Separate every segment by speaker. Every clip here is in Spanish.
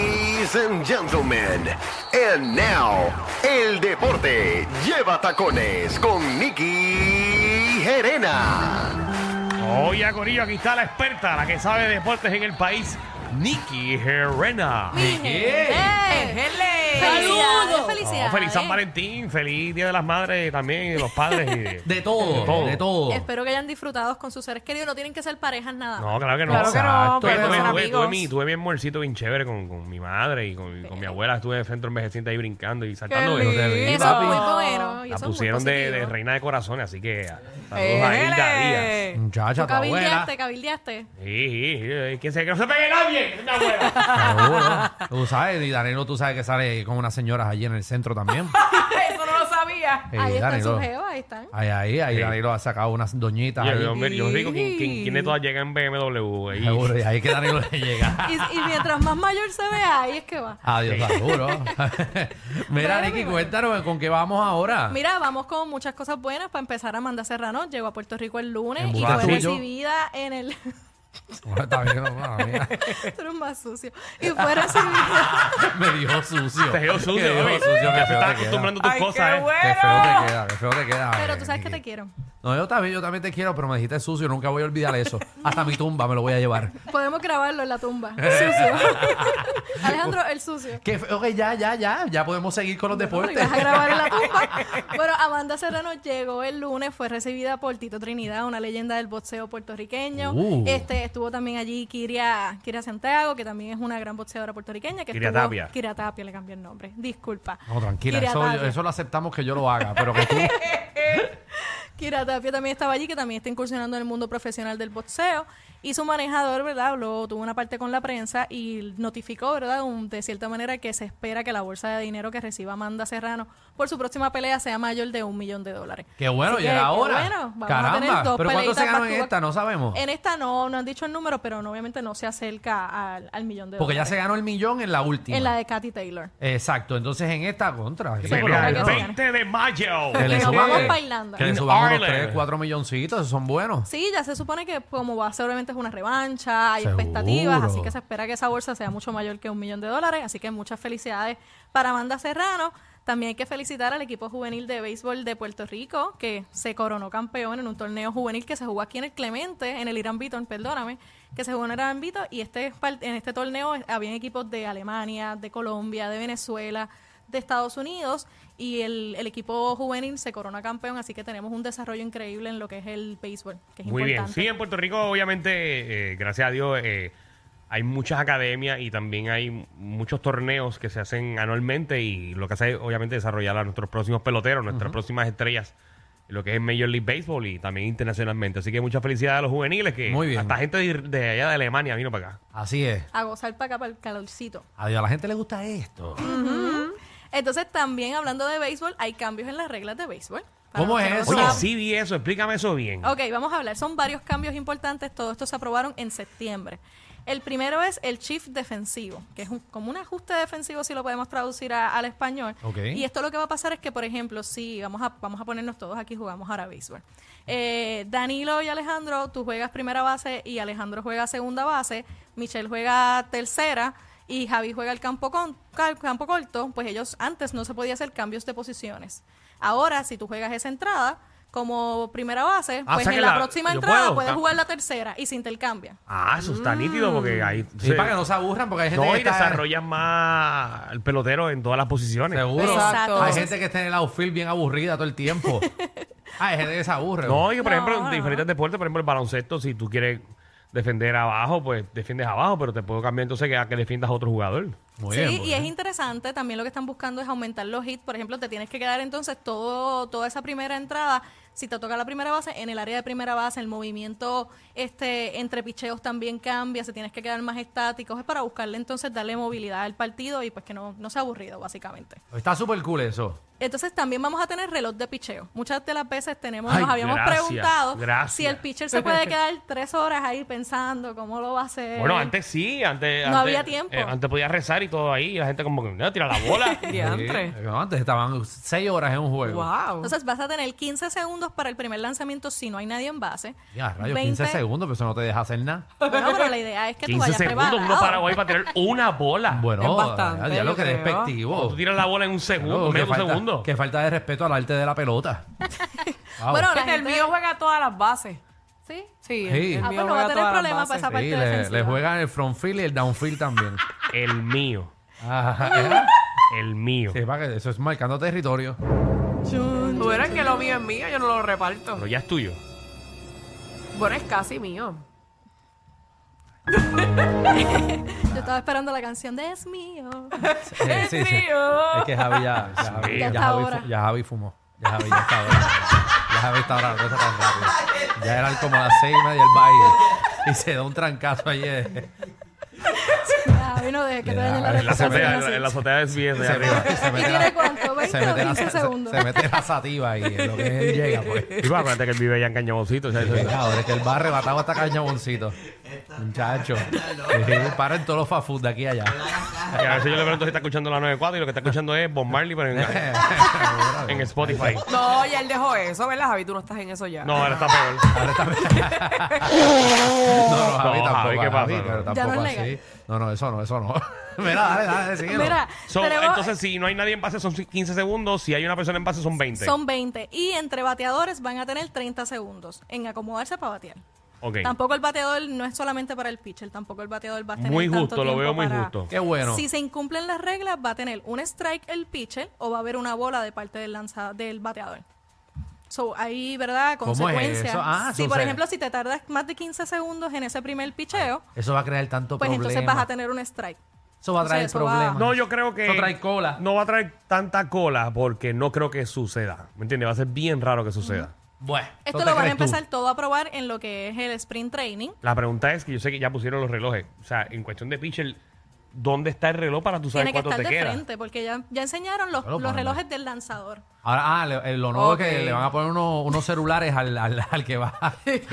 Speaker 1: Ladies and gentlemen, and now, el deporte lleva tacones con Nicky Gerena.
Speaker 2: Oye, Corillo, aquí está la experta, la que sabe de deportes en el país, Nikki Herrera.
Speaker 3: ¡Saludos!
Speaker 2: Oh, feliz
Speaker 4: eh.
Speaker 2: San Valentín, feliz Día de las Madres también, y de los padres. Y de...
Speaker 5: De todo,
Speaker 2: De todo.
Speaker 5: de todo.
Speaker 3: Espero que hayan disfrutado con sus seres queridos. No tienen que ser parejas nada.
Speaker 2: No, claro que no.
Speaker 4: Claro que no,
Speaker 2: Tuve-
Speaker 4: pero
Speaker 2: tuve,
Speaker 4: son
Speaker 2: tuve-
Speaker 4: amigos.
Speaker 2: tuve mi, tuve mi almuercito bien chévere con, con mi madre y con, y con mi abuela. Estuve de frente a un envejeciente ahí brincando y saltando.
Speaker 4: lindo.
Speaker 2: de- de-
Speaker 3: eso
Speaker 4: papi.
Speaker 3: es muy bueno. y
Speaker 2: La
Speaker 3: eso es muy
Speaker 2: pusieron de, de
Speaker 3: positivo.
Speaker 2: reina de corazones, así que a- saludos a Hilda Díaz.
Speaker 4: ¡Ele!
Speaker 5: Muchacha, tu abuela.
Speaker 3: Cabildeaste, cabildeaste.
Speaker 2: Sí, sí, sí, que, se- que no se pegue nadie, que es mi abuela.
Speaker 5: Seguro. Tú sabes, y Danilo, tú sabes que sale con unas señoras allí en el centro también.
Speaker 4: Eso no lo sabía.
Speaker 5: Eh,
Speaker 3: ahí están
Speaker 5: Danilo.
Speaker 3: sus jevas, ahí están.
Speaker 5: Ahí, ahí, ahí
Speaker 2: Sí.
Speaker 5: Danilo ha sacado unas doñitas.
Speaker 2: Yo,
Speaker 5: ahí.
Speaker 2: yo, me- yo digo quién, quién- quién de todas llega en BMW. ahí.
Speaker 5: Seguro, y ahí que Danilo le llega.
Speaker 3: Y, y mientras más mayor se vea, ahí es que va.
Speaker 5: Adiós, seguro. Mira, Nicky, cuéntanos con qué vamos ahora.
Speaker 3: Mira, vamos con muchas cosas buenas. Para empezar, Amanda Serrano llegó a Puerto Rico el lunes y
Speaker 5: Embuste
Speaker 3: fue
Speaker 5: tuyo.
Speaker 3: recibida en el...
Speaker 5: Bueno, está bien, bueno, mira.
Speaker 3: Tú eres más sucio. Y fue recibida...
Speaker 5: Me dijo sucio.
Speaker 2: Te veo
Speaker 5: Me
Speaker 2: sucio,
Speaker 5: dijo
Speaker 2: papi.
Speaker 5: sucio,
Speaker 2: Ya
Speaker 5: qué
Speaker 2: se está
Speaker 5: feo te queda.
Speaker 2: acostumbrando a tus
Speaker 4: Ay,
Speaker 2: cosas,
Speaker 4: qué
Speaker 2: ¿eh?
Speaker 5: Qué
Speaker 4: bueno.
Speaker 5: feo te queda, qué feo te queda.
Speaker 3: Pero
Speaker 5: eh,
Speaker 3: tú sabes que
Speaker 5: Nicky.
Speaker 3: te quiero.
Speaker 5: No, yo también, yo también te quiero, pero me dijiste sucio, nunca voy a olvidar eso. Hasta mi tumba me lo voy a llevar.
Speaker 3: Podemos grabarlo en la tumba. Sucio. Alejandro, el sucio.
Speaker 5: Que fe- ok, ya, ya, ya, ya podemos seguir con los deportes.
Speaker 3: Vas a grabar en la tumba. Bueno, Amanda Serrano llegó el lunes, fue recibida por Tito Trinidad, una leyenda del boxeo puertorriqueño.
Speaker 5: Uh.
Speaker 3: Este estuvo también allí Kiria, Kiria Santiago, que también es una gran boxeadora puertorriqueña. Que
Speaker 2: Kiria
Speaker 3: estuvo-
Speaker 2: Tapia.
Speaker 3: Kiria Tapia, le cambié el nombre. Disculpa.
Speaker 5: No, tranquila,
Speaker 3: Kiria
Speaker 5: eso,
Speaker 3: Tapia.
Speaker 5: eso lo aceptamos que yo lo haga, pero que tú.
Speaker 3: Kira Tapia también estaba allí, que también está incursionando en el mundo profesional del boxeo. Y su manejador, ¿verdad? Habló, tuvo una parte con la prensa y notificó, ¿verdad? Un- de cierta manera que se espera que la bolsa de dinero que reciba Amanda Serrano por su próxima pelea sea mayor de un millón de dólares.
Speaker 5: Qué bueno,
Speaker 3: Así que,
Speaker 5: ya
Speaker 3: qué
Speaker 5: era hora.
Speaker 3: bueno, vamos a
Speaker 5: Caramba,
Speaker 3: tener dos
Speaker 5: pero ¿cuánto
Speaker 3: peleitas
Speaker 5: se ganó
Speaker 3: back
Speaker 5: en
Speaker 3: to back.
Speaker 5: esta? No sabemos.
Speaker 3: En esta no, no han dicho el número, pero no, obviamente no se acerca al, al millón de
Speaker 5: Porque ya
Speaker 3: dólares.
Speaker 5: se ganó el millón en la última.
Speaker 3: En la de Katy Taylor.
Speaker 5: Exacto, entonces en esta contra.
Speaker 2: Que
Speaker 5: eso
Speaker 2: se
Speaker 5: por lo
Speaker 2: vea
Speaker 3: Hay
Speaker 2: el
Speaker 5: menos.
Speaker 3: que sacar.
Speaker 2: 20 de mayo.
Speaker 5: Que le
Speaker 3: nos
Speaker 5: suban-
Speaker 3: vamos pa' Irlanda.
Speaker 5: Que le
Speaker 2: In
Speaker 5: subamos los
Speaker 2: Ireland.
Speaker 5: 3, 4 milloncitos, esos son buenos.
Speaker 3: Sí, ya se supone que como va seguramente es una revancha, hay
Speaker 5: Seguro.
Speaker 3: expectativas, así que se espera que esa bolsa sea mucho mayor que un millón de dólares, así que muchas felicidades para Amanda Serrano. También hay que felicitar al equipo juvenil de béisbol de Puerto Rico, que se coronó campeón en un torneo juvenil que se jugó aquí en el Clemente, en el Irán Beaton, perdóname, que se jugó en el Irán Beaton, y este, par- en este torneo habían equipos de Alemania, de Colombia, de Venezuela, de Estados Unidos y el, el equipo juvenil se corona campeón, así que tenemos un desarrollo increíble en lo que es el béisbol, que es
Speaker 2: Muy bien.
Speaker 3: importante.
Speaker 2: Sí, en Puerto Rico, obviamente, eh, gracias a Dios, eh, hay muchas academias y también hay muchos torneos que se hacen anualmente y lo que hace es, obviamente, desarrollar a nuestros próximos peloteros, nuestras próximas estrellas, lo que es Major League Baseball y también internacionalmente. Así que muchas felicidades a los juveniles que
Speaker 5: Muy bien.
Speaker 2: hasta gente de, de allá de Alemania vino para acá.
Speaker 5: Así es.
Speaker 3: A gozar para acá, para el calorcito.
Speaker 5: Adiós, a la gente le gusta esto.
Speaker 3: Mm. Entonces, también hablando de béisbol, hay cambios en las reglas de béisbol. Para
Speaker 5: ¿Cómo
Speaker 3: los
Speaker 5: es
Speaker 3: que no
Speaker 5: eso?
Speaker 2: Oye,
Speaker 3: saben.
Speaker 2: sí vi eso, explícame eso bien.
Speaker 3: Ok, vamos a hablar. Son varios cambios importantes. Todo esto se aprobaron en septiembre. El primero es el shift defensivo, que es un- como un ajuste defensivo si lo podemos traducir a- al español.
Speaker 5: Ok.
Speaker 3: Y esto lo que va a pasar es que, por ejemplo, si vamos a, vamos a ponernos todos aquí, jugamos ahora béisbol. Eh, Danilo y Alejandro, tú juegas primera base y Alejandro juega segunda base, Michelle juega tercera y Javi juega el campo, con, cal- campo corto, pues ellos antes no se podía hacer cambios de posiciones. Ahora, si tú juegas esa entrada como primera base,
Speaker 2: Ah, o
Speaker 3: pues
Speaker 2: sea
Speaker 3: en
Speaker 2: que
Speaker 3: la,
Speaker 2: la-
Speaker 3: próxima
Speaker 2: yo
Speaker 3: entrada
Speaker 2: puedo.
Speaker 3: puedes
Speaker 2: Ah.
Speaker 3: jugar la tercera y se intercambia.
Speaker 2: Ah, eso está nítido porque ahí...
Speaker 5: Y para que no se aburran, porque hay gente
Speaker 2: No,
Speaker 5: que
Speaker 2: y
Speaker 5: está-
Speaker 2: desarrollan más el pelotero en todas las posiciones.
Speaker 5: Seguro.
Speaker 3: Exacto.
Speaker 5: Hay gente que está en el outfield bien aburrida todo el tiempo. Ah, Hay gente que se aburre.
Speaker 2: No, y que, por
Speaker 3: No,
Speaker 2: ejemplo, en
Speaker 3: no.
Speaker 2: diferentes deportes, por ejemplo, el baloncesto, si tú quieres defender abajo, pues defiendes abajo, pero te puedo cambiar entonces que- a que defiendas a otro jugador.
Speaker 5: Muy
Speaker 3: sí,
Speaker 5: bien,
Speaker 3: y
Speaker 5: muy
Speaker 3: es
Speaker 5: bien.
Speaker 3: interesante, también lo que están buscando es aumentar los hits, por ejemplo, te tienes que quedar entonces todo toda esa primera entrada si te toca la primera base, en el área de primera base, el movimiento este entre picheos también cambia, se tienes que quedar más estáticos, es para buscarle entonces darle movilidad al partido y pues que no, no sea aburrido, básicamente.
Speaker 5: Está súper cool eso.
Speaker 3: Entonces también vamos a tener reloj de picheo. Muchas de las veces tenemos,
Speaker 2: Ay,
Speaker 3: nos habíamos
Speaker 2: gracias,
Speaker 3: preguntado
Speaker 2: gracias.
Speaker 3: si el pitcher se puede quedar tres horas ahí pensando cómo lo va a hacer.
Speaker 2: Bueno, antes sí, antes.
Speaker 3: Eh. No
Speaker 2: antes-
Speaker 3: había tiempo.
Speaker 2: eh, antes podía rezar y todo ahí. Y la gente como que, no, tira la bola.
Speaker 4: Diantre.
Speaker 5: Sí, no, antes estaban seis horas en un juego.
Speaker 4: Wow.
Speaker 3: Entonces vas a tener 15 segundos para el primer lanzamiento si no hay nadie en base.
Speaker 5: Ya, rayos,
Speaker 3: 20
Speaker 5: 15 segundos, pero eso no te deja hacer nada.
Speaker 3: Bueno, pero la idea es que tú
Speaker 2: 15
Speaker 3: vayas
Speaker 2: segundos, uno
Speaker 3: preparado.
Speaker 2: parado ahí para tirar una bola.
Speaker 5: Bueno,
Speaker 4: Es bastante,
Speaker 5: ya lo
Speaker 4: yo
Speaker 5: que
Speaker 4: creo.
Speaker 5: despectivo.
Speaker 2: Tú tiras la bola en un segundo,
Speaker 5: Claro,
Speaker 2: medio
Speaker 5: que falta,
Speaker 2: segundo.
Speaker 5: que falta de respeto al arte de la pelota. Wow.
Speaker 3: Bueno, la
Speaker 4: Fíjate, el
Speaker 3: gente-
Speaker 4: mío juega todas las bases.
Speaker 3: Sí.
Speaker 5: Sí.
Speaker 4: Sí, el, el
Speaker 5: Ah,
Speaker 3: pues
Speaker 4: mío
Speaker 3: no va a
Speaker 4: juega
Speaker 3: tener
Speaker 4: todas las
Speaker 3: problema para
Speaker 4: bases.
Speaker 3: esa parte
Speaker 5: Sí, le,
Speaker 3: defensiva.
Speaker 5: le juegan el front field y el downfield también.
Speaker 2: El mío.
Speaker 5: Ajá.
Speaker 2: El mío.
Speaker 5: Sí, va que eso es marcando territorio.
Speaker 4: Bueno, es que lo mío es mío, yo no lo reparto.
Speaker 2: Pero ya es tuyo.
Speaker 4: Bueno, es casi mío.
Speaker 3: Yo estaba esperando la canción de Es mío.
Speaker 5: Eh, sí, sí.
Speaker 4: mío.
Speaker 5: Es que Javi ya, ya, Javi,
Speaker 2: mío.
Speaker 5: ya
Speaker 3: Ya
Speaker 5: Javi,
Speaker 3: está
Speaker 5: fu- ya Javi fumó. Ya Javi ya está ahora. Ya Javi está ahora, no está tan rápido. Ya eran como las seis y media el baile. Y se da un trancazo eh, ayer.
Speaker 3: Ay, no dejes que te
Speaker 5: Ya,
Speaker 3: dañen la
Speaker 5: en
Speaker 2: En la
Speaker 5: Se mete-
Speaker 2: azotea, en la-
Speaker 3: reputación
Speaker 2: en la
Speaker 3: así.
Speaker 2: azotea de SBS de
Speaker 5: Se
Speaker 2: arriba.
Speaker 5: mete- se
Speaker 3: ¿Y
Speaker 5: mete
Speaker 3: tiene
Speaker 5: la-
Speaker 3: cuánto?
Speaker 5: se
Speaker 3: ¿20 o
Speaker 5: mete la-
Speaker 3: 15
Speaker 5: se-
Speaker 3: segundos?
Speaker 5: Se mete la sativa ahí, en lo que él llega, pues.
Speaker 2: Y va, acuérdate que él vive allá en Cañaboncito. o sea, eso-
Speaker 5: Qué cabrón, es que el bar arrebatado hasta cañaboncito. Muchacho. Para en todos los fafus de aquí a allá.
Speaker 2: Y a veces yo le pregunto si está escuchando la 94 y lo que está escuchando es Bob Marley, pero en,
Speaker 5: Ahora
Speaker 2: en Spotify.
Speaker 4: No, ya él dejó eso, ¿verdad, Javi? Tú no estás en eso ya.
Speaker 2: No, ahora está peor.
Speaker 5: está- No, no, Javi
Speaker 2: No,
Speaker 5: tampoco.
Speaker 2: Javi, ¿qué pasa?
Speaker 5: Javi, pero
Speaker 2: Ya
Speaker 3: no
Speaker 5: tampoco
Speaker 3: es
Speaker 5: así.
Speaker 3: legal.
Speaker 5: No, no, eso no, eso no. Mira, dale, dale, síguelo.
Speaker 3: Mira,
Speaker 2: So,
Speaker 3: tenemos-
Speaker 2: entonces, si no hay nadie en base, son 15 segundos. Si hay una persona en base, son 20.
Speaker 3: son 20. Y entre bateadores van a tener 30 segundos en acomodarse para batear.
Speaker 2: Ok.
Speaker 3: Tampoco el bateador no es solamente para el pitcher, tampoco el bateador va a tener
Speaker 2: Muy
Speaker 3: tanto
Speaker 2: justo, lo
Speaker 3: tiempo
Speaker 2: veo muy
Speaker 3: para-
Speaker 2: justo.
Speaker 5: Qué bueno.
Speaker 3: Si se incumplen las reglas, va a tener un strike el pitcher o va a haber una bola de parte del lanza, del bateador. So, ahí, ¿verdad?
Speaker 5: ¿Cómo es
Speaker 3: Consecuencias.
Speaker 5: eso? Ah,
Speaker 3: si,
Speaker 5: so,
Speaker 3: por
Speaker 5: o sea-
Speaker 3: ejemplo, si te tardas más de 15 segundos en ese primer picheo,
Speaker 5: Eso va a crear tanto
Speaker 3: pues
Speaker 5: problema.
Speaker 3: entonces vas a tener un strike.
Speaker 5: Eso va a traer
Speaker 3: o sea, eso va-
Speaker 5: problemas.
Speaker 2: No, yo creo que.
Speaker 5: Eso trae cola.
Speaker 2: No va a traer tanta cola porque no creo que suceda. ¿Me entiendes? Va a ser bien raro que suceda.
Speaker 5: Bueno.
Speaker 3: Esto
Speaker 5: ¿tú
Speaker 3: lo
Speaker 5: te
Speaker 3: van a
Speaker 5: crees tú?
Speaker 3: empezar todo a probar en lo que es el sprint training.
Speaker 2: La pregunta es que yo sé que ya pusieron los relojes. O sea, en cuestión de pitcher, ¿dónde está el reloj para tú saber
Speaker 3: Tiene que
Speaker 2: cuánto
Speaker 3: estar
Speaker 2: te
Speaker 3: de
Speaker 2: queda?
Speaker 3: frente porque ya, ya enseñaron los,
Speaker 5: Claro,
Speaker 3: los
Speaker 5: ponlo.
Speaker 3: relojes del lanzador.
Speaker 5: Ahora, ah, le- eh, lo nuevo es que
Speaker 4: Ok.
Speaker 5: le van a poner unos, unos celulares al, al, al que va,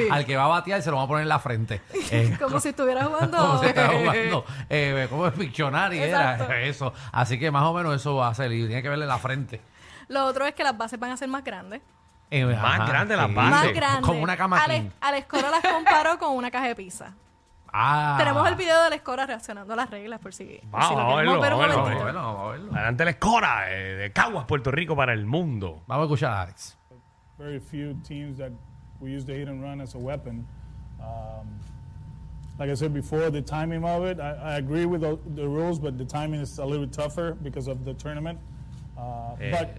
Speaker 5: al que va a batear, se lo van a poner en la frente. Eh,
Speaker 3: Como si estuviera jugando.
Speaker 5: como se estaba jugando, eh, como el Pictionary
Speaker 3: Exacto.
Speaker 5: era eso. Así que más o menos eso va a ser. Y tiene que verle la frente.
Speaker 3: Lo otro es que las bases van a ser más grandes.
Speaker 5: Eh,
Speaker 2: Más grande la base.
Speaker 3: Más
Speaker 2: Ah, sí.
Speaker 3: grandes.
Speaker 5: Como una cama king.
Speaker 3: Alex, Alex Cora las comparó con una caja de pizza.
Speaker 5: Ah.
Speaker 3: Tenemos el video de Alex Cora reaccionando a las reglas por si, por
Speaker 2: Vamos,
Speaker 3: si lo
Speaker 2: vamos a
Speaker 3: queremos
Speaker 2: verlo,
Speaker 3: ver un
Speaker 2: vamos a verlo,
Speaker 3: momentito.
Speaker 5: Bueno, vamos a verlo.
Speaker 2: Adelante la escora eh, de Caguas, Puerto Rico, para el mundo.
Speaker 5: Vamos a escuchar a Alex.
Speaker 6: very few teams that we use the hit and run as a weapon. Um, like I said before, the timing of it, I, I agree with the, the rules, but the timing is a little bit tougher because of the tournament. Uh, But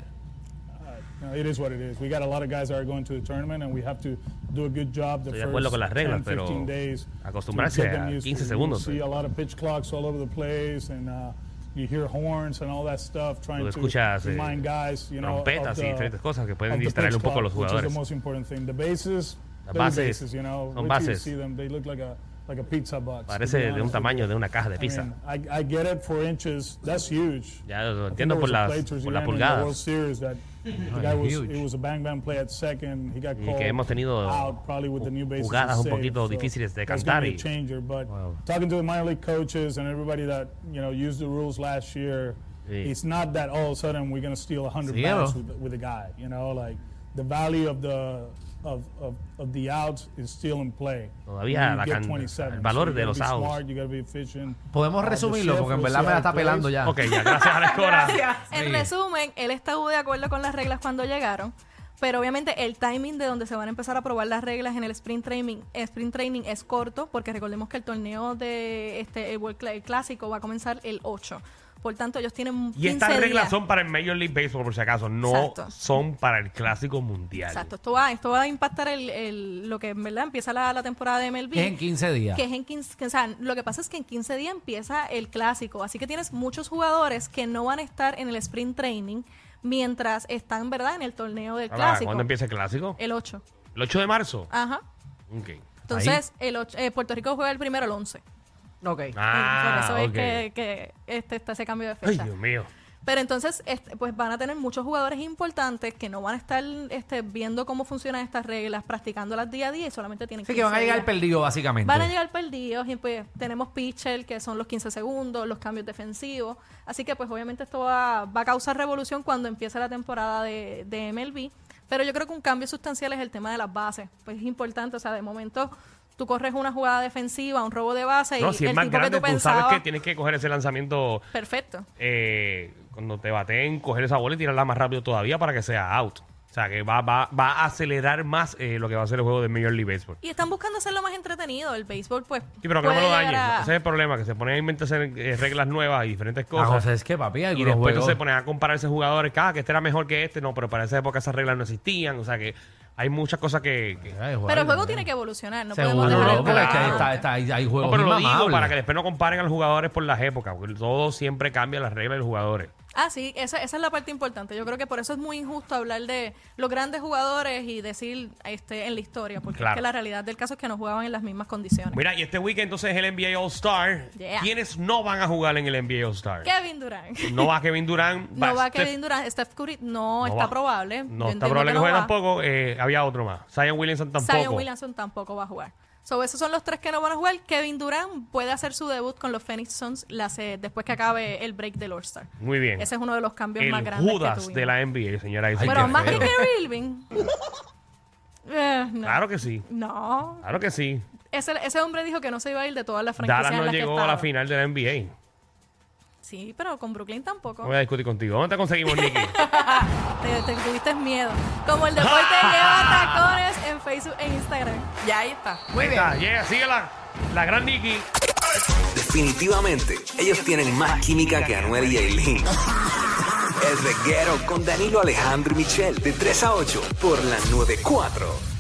Speaker 6: uh, you know, it is what it is. We got a lot of guys that are going to the tournament, and we have to do a good job the
Speaker 2: Estoy de acuerdo
Speaker 6: first
Speaker 2: con las reglas,
Speaker 6: 10,
Speaker 2: pero
Speaker 6: 15 days. to
Speaker 2: acostumbrarse
Speaker 6: get
Speaker 2: a
Speaker 6: them used to
Speaker 2: 15
Speaker 6: it.
Speaker 2: segundos,
Speaker 6: You see
Speaker 2: eh.
Speaker 6: a lot of pitch clocks all over the place, and uh, you hear horns and all that stuff trying
Speaker 2: Tú
Speaker 6: to
Speaker 2: escuchas, eh,
Speaker 6: remind guys, you know, of
Speaker 2: trompetas y
Speaker 6: the-
Speaker 2: diferentes cosas que pueden
Speaker 6: of the
Speaker 2: distraer
Speaker 6: pitch
Speaker 2: un poco a los
Speaker 6: clock, which is the
Speaker 2: jugadores.
Speaker 6: most important thing. The bases,
Speaker 2: Las
Speaker 6: they're
Speaker 2: bases,
Speaker 6: bases, you know.
Speaker 2: son
Speaker 6: Wait till you
Speaker 2: bases.
Speaker 6: see them, they look like a like a pizza box. to be
Speaker 2: Parece de un
Speaker 6: honest with you.
Speaker 2: tamaño de una caja de
Speaker 6: I mean,
Speaker 2: pizza.
Speaker 6: I, I get it, four inches, that's huge.
Speaker 2: Ya lo
Speaker 6: I think
Speaker 2: entiendo
Speaker 6: there
Speaker 2: por
Speaker 6: was a
Speaker 2: las-
Speaker 6: play towards
Speaker 2: por
Speaker 6: the
Speaker 2: las
Speaker 6: end in the
Speaker 2: pulgadas.
Speaker 6: World Series that the guy
Speaker 5: es
Speaker 6: was,
Speaker 5: huge.
Speaker 6: it was a bang bang play at second, he got
Speaker 2: Y
Speaker 6: called
Speaker 2: que hemos tenido
Speaker 6: out probably with the new bases and
Speaker 2: jugadas un
Speaker 6: save,
Speaker 2: poquito
Speaker 6: so
Speaker 2: difíciles de
Speaker 6: that's gonna
Speaker 2: cantar
Speaker 6: be a
Speaker 2: y-
Speaker 6: changer, but
Speaker 5: Wow.
Speaker 6: talking to the minor league coaches and everybody that, you know, used the rules last year,
Speaker 2: Sí.
Speaker 6: it's not that all of a sudden we're going to steal 100
Speaker 5: Sí,
Speaker 6: bats
Speaker 5: ¿no?
Speaker 6: with, with a guy, you know, like the value of the of, of, of the out is still in play.
Speaker 2: Todavía
Speaker 6: You
Speaker 2: la
Speaker 6: get
Speaker 2: can-
Speaker 6: 27,
Speaker 2: el valor
Speaker 6: you
Speaker 2: de
Speaker 6: gotta
Speaker 2: los
Speaker 6: be
Speaker 2: outs.
Speaker 6: smart, you gotta be efficient.
Speaker 5: Podemos
Speaker 6: Uh, the
Speaker 5: resumirlo
Speaker 6: shift
Speaker 5: porque en
Speaker 6: will
Speaker 5: verdad
Speaker 6: see
Speaker 5: me la
Speaker 6: how
Speaker 5: está
Speaker 6: it plays.
Speaker 5: pelando ya.
Speaker 2: Ok, ya, gracias a la escora.
Speaker 4: Gracias.
Speaker 5: Sí.
Speaker 3: En resumen, él estuvo de acuerdo con las reglas cuando llegaron, pero obviamente el timing de donde se van a empezar a probar las reglas en el sprint training, sprint training es corto, porque recordemos que el torneo de este el World Cla- el clásico va a comenzar el 8. Por tanto, ellos tienen 15
Speaker 2: Y estas reglas
Speaker 3: días.
Speaker 2: son para el Major League Baseball, por si acaso. No
Speaker 3: Exacto.
Speaker 2: son para el Clásico Mundial.
Speaker 3: Exacto, esto va, esto va a impactar el, el- lo que en verdad empieza la, la temporada de MLB.
Speaker 5: Es en 15 días.
Speaker 3: Que es en 15, que, o sea, lo que pasa es que en 15 días empieza el clásico, así que tienes muchos jugadores que no van a estar en el sprint training, mientras están, ¿verdad?, en el torneo del
Speaker 2: Ahora,
Speaker 3: clásico.
Speaker 2: Ah,
Speaker 3: Eh.
Speaker 2: ¿Cuándo empieza el clásico?
Speaker 3: El 8.
Speaker 2: El 8 de marzo.
Speaker 3: Ajá.
Speaker 2: Ok.
Speaker 3: Entonces, el ocho- eh, Puerto Rico juega el primero el 11.
Speaker 4: Ok.
Speaker 2: Ah,
Speaker 3: Por eso
Speaker 2: ok.
Speaker 3: es que, que este, está ese cambio de
Speaker 2: Ay,
Speaker 3: fecha.
Speaker 2: Dios mío.
Speaker 3: Pero entonces, este, pues van a tener muchos jugadores importantes que no van a estar este, viendo cómo funcionan estas reglas, practicándolas día a día y solamente tienen
Speaker 5: Así que van a
Speaker 3: 15
Speaker 5: llegar
Speaker 3: días.
Speaker 5: perdidos, básicamente.
Speaker 3: Van a llegar perdidos y pues tenemos pitcher, que son los 15 segundos, los cambios defensivos. Así que pues obviamente esto va, va a causar revolución cuando empiece la temporada de, de MLB. Pero yo creo que un cambio sustancial es el tema de las bases. Pues es importante, o sea, de momento tú corres una jugada defensiva, un robo de base
Speaker 2: No,
Speaker 3: y
Speaker 2: si es
Speaker 3: el
Speaker 2: más
Speaker 3: tipo que
Speaker 2: grande,
Speaker 3: tú
Speaker 2: tú sabes que
Speaker 3: pensabas...
Speaker 2: tienes que coger ese lanzamiento
Speaker 3: Perfecto.
Speaker 2: eh, cuando te baten, coger esa bola y tirarla más rápido todavía para que sea out. O sea, que va, va, va a acelerar más eh, lo que va a ser el juego de Major League Baseball.
Speaker 3: Y están buscando hacerlo más entretenido. El béisbol, pues.
Speaker 2: Sí, pero que no
Speaker 3: puede
Speaker 2: me lo
Speaker 3: llegar
Speaker 2: dañen.
Speaker 3: a-
Speaker 2: Ese es el problema, que se ponen a inventarse eh, reglas nuevas y diferentes
Speaker 5: La
Speaker 2: cosas.
Speaker 5: cosa Ah, es que, papi,
Speaker 2: y
Speaker 5: algunos
Speaker 2: después
Speaker 5: juegos...
Speaker 2: entonces se ponen a compararse jugadores. Ah, que este era mejor que este. No, pero para esa época esas reglas no existían. O sea, que hay muchas cosas que... que-
Speaker 5: Ay, jugar,
Speaker 3: Pero el juego
Speaker 5: ¿no?
Speaker 3: tiene que evolucionar. No
Speaker 5: Seguro,
Speaker 3: podemos dejar
Speaker 5: no,
Speaker 3: el
Speaker 2: el
Speaker 5: porque es que
Speaker 3: juego.
Speaker 5: está, está- hay- hay
Speaker 2: No,
Speaker 5: juegos
Speaker 2: pero lo digo
Speaker 5: inmamables.
Speaker 2: para que después no comparen a los jugadores por las épocas. Porque todo siempre cambia las reglas de los jugadores.
Speaker 3: Ah, sí, esa, esa es la parte importante. Yo creo que por eso es muy injusto hablar de los grandes jugadores y decir este en la historia, porque
Speaker 2: Claro.
Speaker 3: es que la realidad del caso es que no jugaban en las mismas condiciones.
Speaker 2: Mira, y este weekend entonces el NBA All-Star.
Speaker 3: Yeah.
Speaker 2: ¿Quiénes no van a jugar en el NBA All-Star?
Speaker 3: Kevin Durant.
Speaker 2: No va Kevin Durant.
Speaker 3: No va
Speaker 2: Steph-
Speaker 3: Kevin Durant. Steph Curry no,
Speaker 2: no
Speaker 3: está
Speaker 2: va.
Speaker 3: probable.
Speaker 2: No
Speaker 3: Yo
Speaker 2: está
Speaker 3: entiendo
Speaker 2: probable que
Speaker 3: no
Speaker 2: juegue
Speaker 3: va.
Speaker 2: tampoco. Eh, había otro más. Zion Williamson tampoco.
Speaker 3: Zion Williamson tampoco va a jugar. So, esos son los tres que no van a jugar. Kevin Durant puede hacer su debut con los Phoenix Suns la se- después que acabe el break del All-Star.
Speaker 2: Muy bien.
Speaker 3: Ese es uno de los cambios más
Speaker 2: el
Speaker 3: grandes que
Speaker 2: Judas
Speaker 3: tuvimos.
Speaker 2: de la NBA, señora. y señores.
Speaker 5: Ay,
Speaker 3: Pero
Speaker 5: qué
Speaker 3: más
Speaker 5: feo.
Speaker 3: que Kerry Irving. Eh, no.
Speaker 2: Claro que sí.
Speaker 3: No.
Speaker 2: Claro que sí.
Speaker 3: Ese, ese hombre dijo que no se iba a ir de todas las franquicias
Speaker 2: Dallas
Speaker 3: en
Speaker 2: no
Speaker 3: las que
Speaker 2: llegó a
Speaker 3: estaba.
Speaker 2: la final de la NBA.
Speaker 3: Sí, pero con Brooklyn tampoco.
Speaker 2: No voy a discutir contigo. ¿Dónde te conseguimos, Nicky?
Speaker 3: Te, te tuviste miedo. Como el deporte lleva tacones en Facebook e Instagram.
Speaker 4: Ya ahí está. Muy
Speaker 2: Ahí
Speaker 4: bien.
Speaker 2: está, llega, sigue la, la gran Nicky.
Speaker 7: Definitivamente, ellos tienen más química que Anuel y Aileen. El reguero con Danilo Alejandro y Michel, de 3 a 8, por la 94. 4